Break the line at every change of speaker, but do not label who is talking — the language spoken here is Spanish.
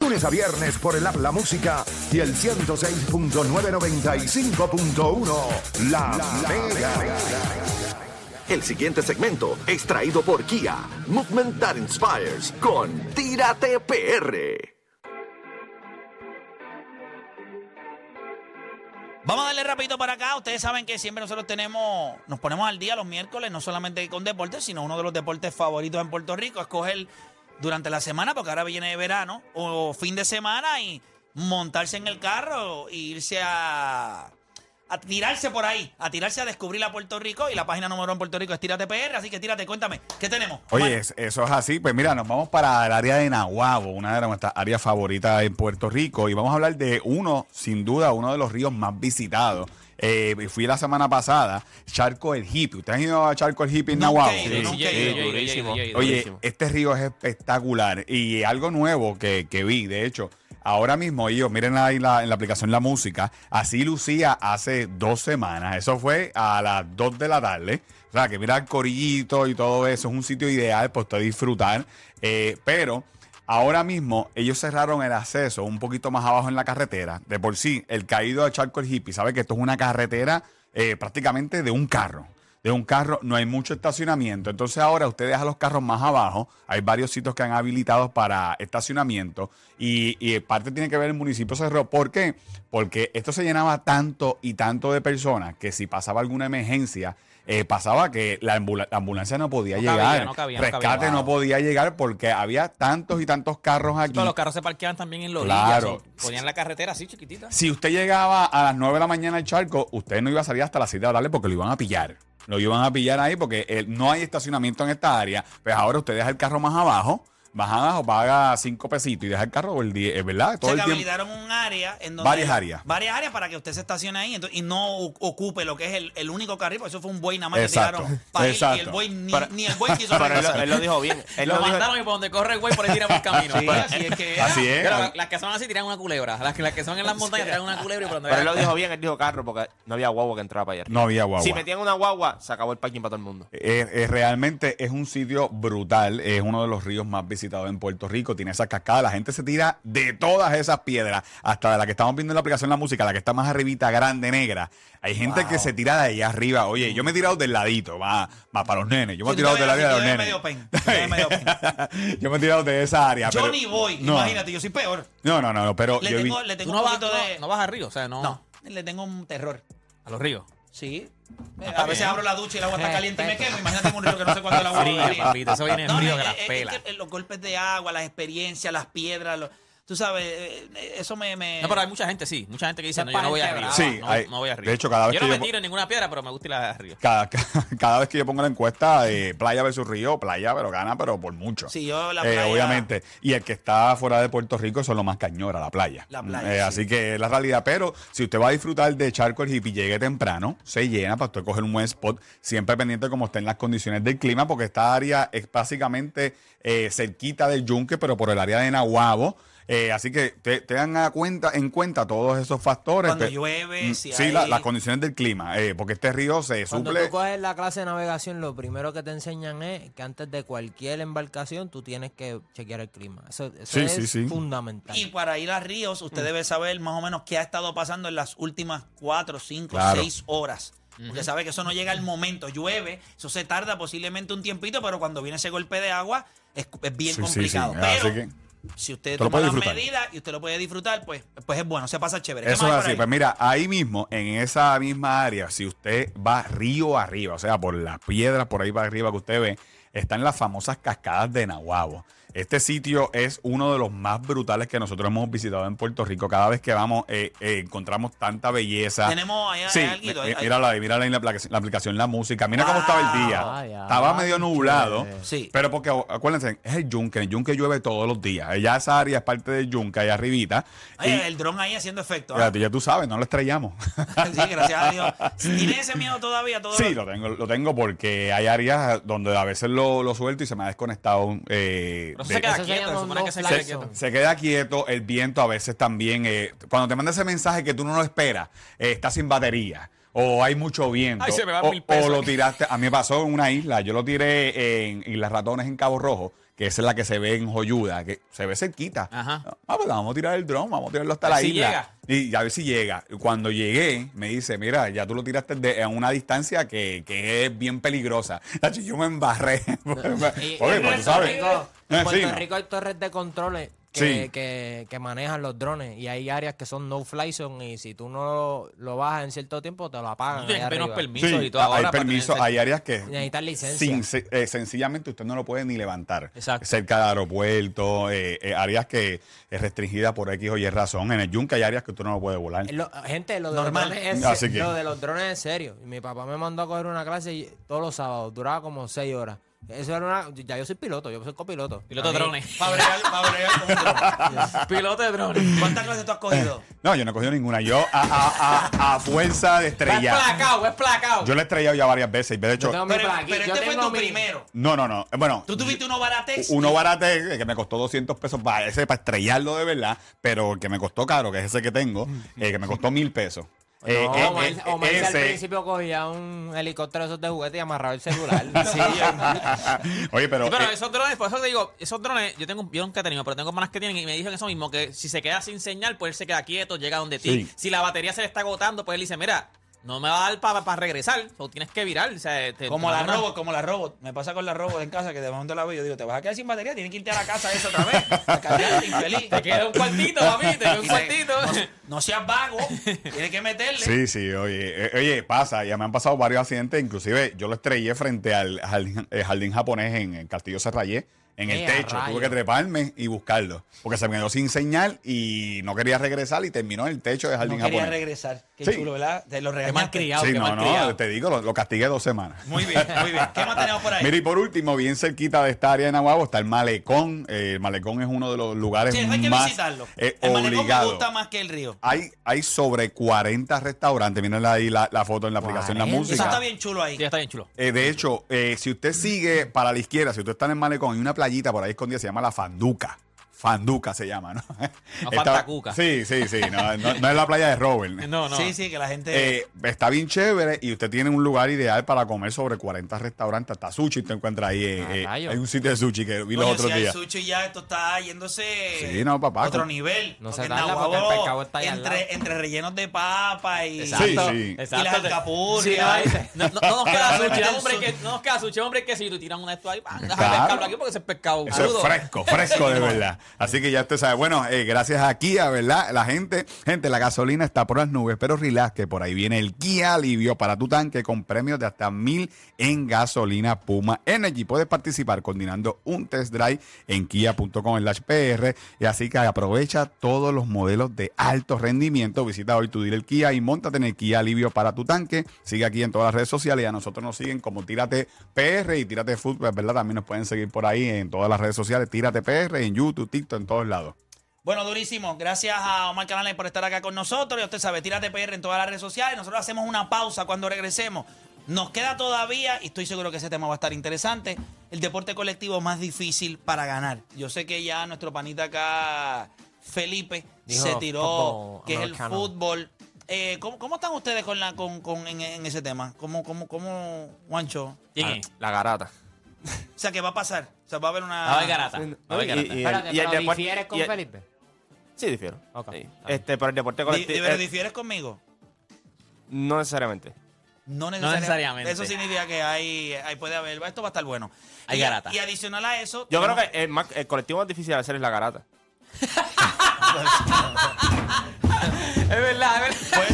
lunes a viernes por el App La Música y el 106.995.1 La, la Mega.
El siguiente segmento es traído por Kia, Movement That Inspires, con Tírate PR.
Vamos a darle rapidito para acá. Ustedes saben que siempre nosotros tenemos, nos ponemos al día los miércoles, no solamente con deportes, sino uno de los deportes favoritos en Puerto Rico, escoger durante la semana, porque ahora viene verano o fin de semana y montarse en el carro e irse a, a tirarse por ahí, a tirarse a descubrir a Puerto Rico y la página número uno en Puerto Rico es Tírate PR, así que tírate, cuéntame, ¿qué tenemos?
Oye,
Omar?
es- eso es así. Pues mira, nos vamos para el área de Nahuabo, una de nuestras áreas favoritas en Puerto Rico. Y vamos a hablar de uno, sin duda, uno de los ríos más visitados. Eh, fui la semana pasada, Charco el Hippie. ¿Ustedes han ido a Charco el Hippie en
Nunca he
Nahuabo?
ido, nunca he ido.
durísimo.
Oye, este río es espectacular y algo nuevo que, que vi, de hecho. Ahora mismo ellos, miren ahí la, en la aplicación La Música, así lucía hace dos semanas, eso fue a las 2 de la tarde, o sea que mira el corillito y todo eso, es un sitio ideal pues, para usted disfrutar, Eh, pero ahora mismo ellos cerraron el acceso un poquito más abajo en la carretera, de por sí, el caído de Charco el Hippie sabe que esto es una carretera eh, prácticamente de un carro, de un carro, no hay mucho estacionamiento. Entonces ahora usted deja los carros más abajo. Hay varios sitios que han habilitado para estacionamiento. Y, y en parte tiene que ver el municipio cerró. ¿Por qué? Porque esto se llenaba tanto y tanto de personas que si pasaba alguna emergencia, eh, pasaba que la, ambula- la ambulancia no podía
No
llegar.
cabía, no cabía, no cabía.
Rescate no podía llegar porque había tantos y tantos carros aquí.
Todos los carros se parqueaban también en los
Claro.
Ponían la carretera así chiquitita.
Si usted llegaba a las 9 de la mañana al charco, usted no iba a salir hasta las 7 de la tarde porque lo iban a pillar. Lo iban a pillar ahí porque eh, no hay estacionamiento en esta área. Pues ahora usted deja el carro más abajo, más abajo, paga 5 pesitos y deja el carro, el die- eh,
O
¿verdad?
sea,
Todo
que
el tiempo.
habilitaron un área en donde.
Varias áreas.
Varias áreas para que usted se estacione ahí entonces, y no o- ocupe lo que es el, el único carril, porque eso fue un buey nada más
Exacto,
que tiraron para él,
exacto.
y el buey ni,
Para-
ni el buey quiso
Pero él, lo-
regresar.
él lo dijo bien. Él
lo
lo dijo-
mandaron y por donde corre el güey, por ahí tiramos el camino. Pues
Sí, así es que era.
Así es.
Pero la- las que son así tiran una culebra. Las que, las que son en las montañas tiran una culebra y por donde
pero él
vea-
lo dijo bien, él dijo carro porque no había guagua que entraba para allá. arriba.
No había guagua.
Si metían una guagua, se acabó el parking para todo el mundo.
Eh, eh, realmente es un sitio brutal, es uno de los ríos más visitados en Puerto Rico, tiene esas cascadas, la gente se tira de todas esas piedras, hasta de la que estamos viendo en la aplicación La Música, la que está más arribita, grande, negra. Hay gente que se tira de allá arriba, oye, yo me he tirado del ladito, va, va para los nenes, yo me he
Sí,
tirado
tú te
de la
ves
vida de
así, tú
los
te ves
nenes.
medio pen, tú te ves medio
yo me he tirado de esa área.
Yo
pero-
ni voy,
No,
imagínate, yo soy peor.
No, no, no, no, pero
Le
yo he
tengo,
vi-
le tengo
Tú no
un
vas,
poquito de.
no, no vas a río, o sea, no,
No, le tengo un terror.
a los ríos.
Sí. Eh, A veces abro la ducha y el agua está caliente y me quemo. Imagínate en un río que no sé cuándo el agua va a
Frío,
abrir.
papito, eso viene
No,
frío
eh,
que las
eh,
pelas.
es que los golpes de agua, las experiencias, las piedras, los- tú sabes, eh, eso me, me-
No, pero hay mucha gente, sí. Mucha gente que dice,
Esa
no, yo no voy a
parte
río.
brava.
Sí,
no,
hay-
no voy a río.
de hecho, cada vez
yo
que
no
yo-
me tiro en ninguna piedra, pero me gusta ir a río.
cada, cada, vez que yo pongo la encuesta, eh, playa versus río, playa, pero gana, pero por mucho.
Sí, yo la
Eh,
playa-
obviamente. Y el que está fuera de Puerto Rico, eso es lo más cañora, la playa.
La playa,
Eh,
sí.
Así que es la realidad. Pero si usted va a disfrutar de Charco el Hippie, llegue temprano, se llena para usted coger un buen spot, siempre pendiente como estén las condiciones del clima, porque esta área es básicamente eh, cerquita del Yunque, pero por el área de Nahuabo. Eh, así que te, tengan a cuenta, en cuenta todos esos factores.
Cuando
Pe-
llueve,
Mm,
si
sí,
hay-
la- las condiciones del clima, eh, porque este río se
Cuando
suple.
tú coges la clase de navegación, lo primero que te enseñan es que antes de cualquier embarcación tú tienes que chequear el clima. Eso, eso
Sí,
es
sí, sí.
fundamental.
Y para ir a Ríos,
Mm.
usted debe saber más o menos qué ha estado pasando en las últimas cuatro, cinco,
Claro.
seis horas. Porque sabe que eso no llega al momento. Llueve, eso se tarda posiblemente un tiempito, pero cuando viene ese golpe de agua es, es bien
Sí, sí,
complicado.
sí.
Pero
Así que-
si usted
Te
toma
lo puede
las
disfrutar.
medidas y usted lo puede disfrutar, pues, pues es bueno, se pasa chévere. ¿Qué
Eso
más
es
hay
así.
por
Pues
ahí?
mira, ahí mismo, en esa misma área, si usted va río arriba, o sea, por las piedras, por ahí para arriba que usted ve, están las famosas cascadas de Nahuabo. Este sitio es uno de los más brutales que nosotros hemos visitado en Puerto Rico. Cada vez que vamos, eh, eh, encontramos tanta belleza.
Tenemos ahí-
sí,
hay alguito,
mi-
hay-
mi-
hay-
Mírala ahí, mírala ahí en la, aplica- la aplicación, la música. Mira cómo estaba el día.
Wow. Ya,
estaba medio nublado.
Ah, Sí.
Pero porque acu- acuérdense, es el yunque. En el yunque llueve todos los días. Ya esa área es parte del yunque, allá arribita.
Oye,
Y-
el dron ahí haciendo efecto. ¿ah?
ya, tú- ya tú sabes, no lo estrellamos.
sí, gracias a Dios. ¿Tiene ese miedo todavía? Todo
sí, lo tengo, lo tengo porque hay áreas donde a veces lo, lo suelto y se me ha desconectado. eh,
Pero eso
de-
se queda
Eso se
quieto,
llama
se
un
supone que
no
se
fly
quede
zone.
quieto.
se queda quieto, el viento a veces también. eh, cuando te manda ese mensaje que tú no lo esperas, eh, está sin batería. O hay mucho viento.
Ay, se me van
o,
mil pesos
o lo
aquí.
tiraste. A mí me pasó en una isla. Yo lo tiré en Islas Ratones, en Cabo Rojo, que esa es la que se ve en Joyuda, que se ve cerquita.
Ajá.
Ah, pues vamos a tirar el dron, vamos a tirarlo hasta
A
la
ver si
isla. Y a ver si llega. Cuando llegué, me dice, mira, ya tú lo tiraste de- a una distancia que, que es bien peligrosa. Tacho, Yo me embarré.
Y-
Porque,
y
pues,
en
tú
Puerto
sabes.
Rico, en
Eh,
Puerto
sí, ¿no?
Rico hay torres de controles que,
Sí.
que- que manejan los drones y hay áreas que son no fly zone y si tú no lo bajas en cierto tiempo te lo apagan. allá
Tienes menos
arriba.
permisos
Sí,
y todo.
hay
ahora para
permisos,
tener-
hay áreas que
Necesitas licencia.
sin- se- eh, sencillamente usted no lo puede ni levantar.
Exacto.
Cerca de aeropuerto, eh, eh, áreas que es restringida por X o Y razón. En el Yunque hay áreas que usted no lo puede volar.
Eh, lo- gente, lo de,
Normal.
Los drones es,
Así Ah, que-
lo de los drones es serio. Y Mi papá me mandó a coger una clase y- todos los sábados, duraba como seis horas. Eso era una, ya yo soy piloto, yo soy copiloto.
Piloto
A
de
mí-
drones.
Para bregar, para bregar con un dron.
Piloto de drones.
¿Cuántas clases tú has cogido?
No, yo no he cogido ninguna. Yo a, a- a- a fuerza de
Va
estrellar.
placao, es placao.
Yo la he estrellado ya varias veces. De hecho,
Yo tengo mi
Pero,
placa aquí,
pero
yo
este fue
tengo
tu
mi-
primero.
no, no, no. Eh, Bueno,
Tú tuviste uno baratex.
uno barate eh, que me costó 200 pesos para ese para estrellarlo de verdad, pero el que me costó caro, que es ese que tengo, eh, que me costó mil pesos. Eh,
No,
eh,
Omar,
eh,
Omar que al
ese-
principio cogía un helicóptero de esos de juguete y amarraba el celular.
Oye, pero,
Sí, pero
eh,
esos drones, por eso te digo, esos drones, yo tengo, yo nunca he tenido, pero tengo hermanas que tienen y me dijeron eso mismo, que si se queda sin señal, pues él se queda quieto, llega donde ti.
Sí.
Si la batería se le está agotando, pues él dice, mira, no me va a dar para regresar, o tienes que virar. O sea, te-
Como
te
la
manda una-
robot, como la robot. Me pasa con la robot en casa que de momento la veo y yo digo, te vas a quedar sin batería, tienes que irte a la casa esa otra vez. A cargar, infeliz.
Te queda un cuartito, papi, te queda un
Ah. Y
cuartito.
No, no seas vago, tienes que meterle.
sí, sí, oye, eh, oye, pasa, ya me han pasado varios accidentes, inclusive yo lo estrellé frente al jardín, eh, jardín japonés en el Castillo Serrayé, en el
Eh, a
techo,
rayos.
tuve que treparme y buscarlo, porque se me quedó sin señal y no quería regresar y terminó en el techo del
No
jardín
quería
japonés.
regresar. Qué
Sí.
chulo, ¿verdad? Te lo
Qué mal
regañaste.
criado,
sí,
qué
no,
mal
no,
criado.
te digo, lo, lo castigué dos semanas.
Muy bien, muy bien. ¿Qué más tenemos por ahí?
Mira, y por último, bien cerquita de esta área de Nahuabo está el Malecón. Eh, el Malecón es uno de los lugares
Sí, eso
más
hay que visitarlo.
eh,
el malecón me
obligado. Ah,
gusta más que el río.
Hay, hay sobre 40 restaurantes. Miren ahí la, la foto en la aplicación La
40.
Eso
Música.
está bien chulo ahí.
Sí, está bien chulo.
Eh, de hecho, eh, si usted sigue para la izquierda, si usted está en el malecón, hay una playita por ahí escondida, se llama La Fanduca. Fanduca se llama, ¿no?
No,
Está-
Fantacuca.
Sí, sí, sí. No, no- no es la playa de Robert.
No, no.
Sí, sí, que la gente.
Eh, está bien chévere y usted tiene un lugar ideal para comer sobre 40 restaurantes. Hasta sushi te encuentra ahí. eh,
Ah,
eh,
rayos.
hay un sitio de sushi que vi los
Coño,
otros
si hay
días.
sushi ya esto está yéndose
Sí, no, papá,
otro
con-
nivel.
No se
Porque en
tarda porque el
Nahuabo,
pescado está ahí al lado.
entre, entre rellenos de papa y,
Sí,
y
sí.
las alcapurrias.
Sí, ay, no, no, no nos queda
Claro,
sushi,
el
dame un break,
sushi.
que- no nos queda sushi, hombre, que si tú tiran una de esto ahí, bam, deja
Claro.
el pescado aquí porque ese es pescado
Eso
crudo.
es fresco, fresco de verdad. Así que ya usted sabe. Bueno, eh, gracias a Kia, ¿verdad? La gente, gente, la gasolina está por las nubes, pero relax, que por ahí viene el Kia Alivio para tu tanque con premios de hasta mil en gasolina Puma Energy. Puedes participar coordinando un test drive en kia.com slash PR. Y así que aprovecha todos los modelos de alto rendimiento. Visita hoy tu dealer Kia y monta en el Kia Alivio para tu tanque. Sigue aquí en todas las redes sociales y a nosotros nos siguen como Tírate PR y Tírate Fútbol, ¿verdad? También nos pueden seguir por ahí en todas las redes sociales. Tírate PR, en YouTube, TikTok, en todos lados.
Bueno, durísimo. Gracias a Omar Canales por estar acá con nosotros. Y usted sabe, tírate PR en todas las redes sociales. Nosotros hacemos una pausa cuando regresemos. Nos queda todavía, y estoy seguro que ese tema va a estar interesante, el deporte colectivo más difícil para ganar. Yo sé que ya nuestro panita acá, Felipe,
Dijo
se tiró,
fútbol
que es el
americano.
fútbol. Eh, ¿cómo, cómo están ustedes con la, con, con- en, en ese tema? ¿Cómo, cómo, cómo, Juancho?
¿Quién es?
Ah, La garata.
O sea, ¿qué va a pasar? O sea, va a haber una...
Ah,
A ver, garata.
Ah.
A ver,
Y-
garata.
y-
Espérate,
y el
pero
deporte-
difieres con
y el-
Felipe.
Sí, difiero.
Ok.
Sí. Este, pero el deporte
Di-
colectivo.
pero
eh,
¿Difieres conmigo?
no necesariamente.
No necesariamente.
necesariamente.
Eso significa que hay, hay- puede haber. Esto va a estar bueno.
Hay
y,
garata.
Y adicional a eso.
Yo creo
tenemos-
que el, más- el colectivo más difícil de hacer es la garata.
Es verdad, es verdad.
Puede